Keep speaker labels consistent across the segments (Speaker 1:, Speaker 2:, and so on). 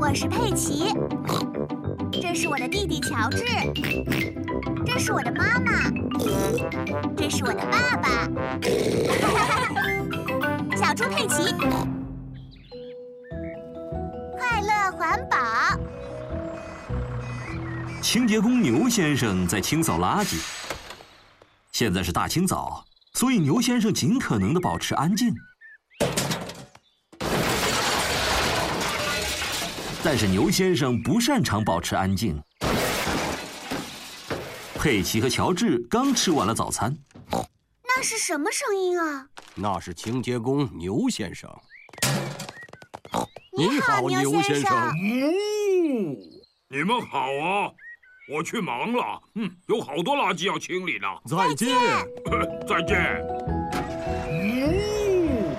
Speaker 1: 我是佩奇，这是我的弟弟乔治，这是我的妈妈，这是我的爸 爸。小猪佩奇，快乐环保。
Speaker 2: 清洁工牛先生在清扫垃圾。现在是大清早，所以牛先生尽可能的保持安静。但是牛先生不擅长保持安静。佩奇和乔治刚吃完了早餐，
Speaker 1: 那是什么声音啊？
Speaker 3: 那是清洁工牛先生。
Speaker 1: 你好，牛先生。
Speaker 4: 嗯，你们好啊！我去忙了，嗯，有好多垃圾要清理呢。
Speaker 3: 再见。
Speaker 4: 再见。
Speaker 3: 嗯，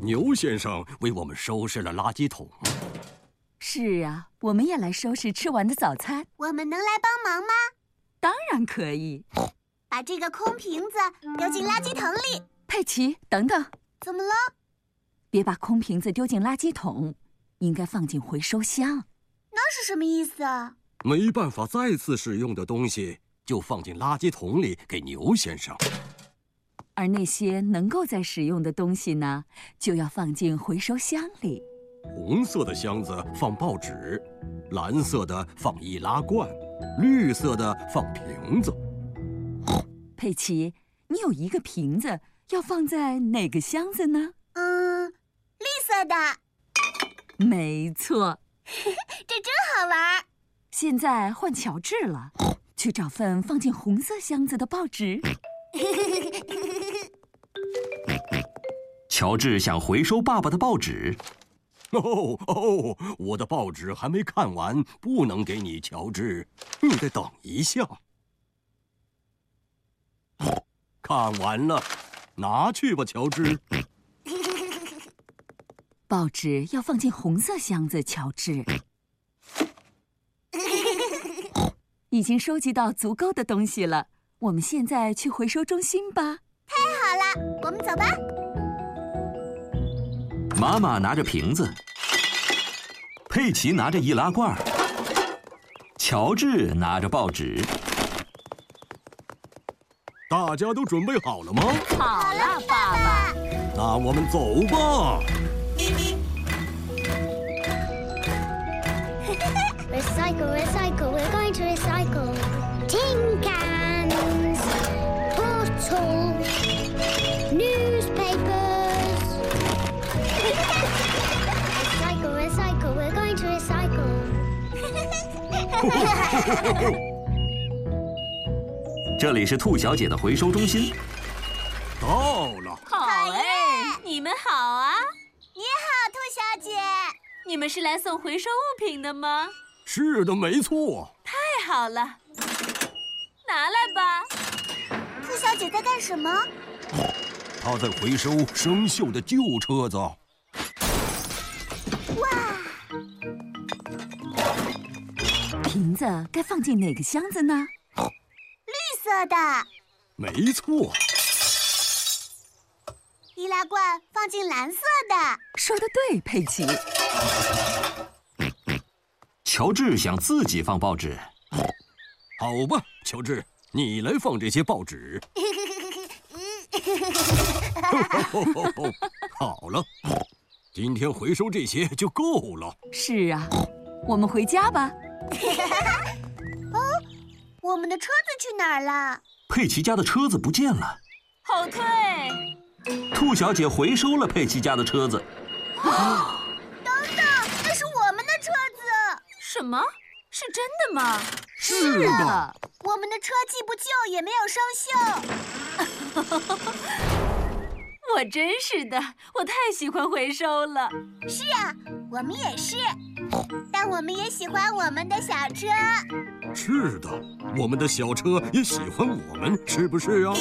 Speaker 3: 牛先生为我们收拾了垃圾桶。
Speaker 5: 是啊，我们也来收拾吃完的早餐。
Speaker 1: 我们能来帮忙吗？
Speaker 5: 当然可以。
Speaker 1: 把这个空瓶子丢进垃圾桶里。
Speaker 5: 佩奇，等等，
Speaker 1: 怎么了？
Speaker 5: 别把空瓶子丢进垃圾桶，应该放进回收箱。
Speaker 1: 那是什么意思啊？
Speaker 3: 没办法再次使用的东西，就放进垃圾桶里给牛先生。
Speaker 5: 而那些能够再使用的东西呢，就要放进回收箱里。
Speaker 3: 红色的箱子放报纸，蓝色的放易拉罐，绿色的放瓶子。
Speaker 5: 佩奇，你有一个瓶子，要放在哪个箱子呢？
Speaker 1: 嗯，绿色的。
Speaker 5: 没错，
Speaker 1: 这真好玩。
Speaker 5: 现在换乔治了，去找份放进红色箱子的报纸。
Speaker 2: 乔治想回收爸爸的报纸。
Speaker 3: 哦哦，我的报纸还没看完，不能给你，乔治，你得等一下。看完了，拿去吧，乔治。
Speaker 5: 报纸要放进红色箱子，乔治。已经收集到足够的东西了，我们现在去回收中心吧。
Speaker 1: 太好了，我们走吧。
Speaker 2: 妈妈拿着瓶子，佩奇拿着易拉罐，乔治拿着报纸。
Speaker 3: 大家都准备好了吗？
Speaker 5: 好了，爸爸。
Speaker 3: 那我们走吧。
Speaker 6: Recycle, recycle. We're going to recycle tin cans, bottles, newspapers. recycle, recycle. We're going to recycle.
Speaker 2: 这里是兔小姐的回收中心。
Speaker 3: 到了。
Speaker 7: 好哎，你们好啊！
Speaker 1: 你好，兔小姐。
Speaker 7: 你们是来送回收物品的吗？
Speaker 3: 是的，没错。
Speaker 7: 太好了，拿来吧。
Speaker 1: 兔小姐在干什么？
Speaker 3: 她在回收生锈的旧车子。
Speaker 5: 哇！瓶子该放进哪个箱子呢？
Speaker 1: 绿色的。
Speaker 3: 没错。
Speaker 1: 易拉罐放进蓝色的。
Speaker 5: 说的对，佩奇。
Speaker 2: 乔治想自己放报纸，
Speaker 3: 好吧，乔治，你来放这些报纸。好了，今天回收这些就够了。
Speaker 5: 是啊，我们回家吧。
Speaker 1: 哦，我们的车子去哪儿了？
Speaker 2: 佩奇家的车子不见了。
Speaker 7: 后退。
Speaker 2: 兔小姐回收了佩奇家的车子。
Speaker 1: 啊、等等，那是我们的车子。
Speaker 7: 什么？是真的吗？
Speaker 3: 是的，
Speaker 1: 我们的车既不旧也没有生
Speaker 7: 锈。我真是的，我太喜欢回收了。
Speaker 1: 是啊，我们也是，但我们也喜欢我们的小车。
Speaker 3: 是的，我们的小车也喜欢我们，是不是啊？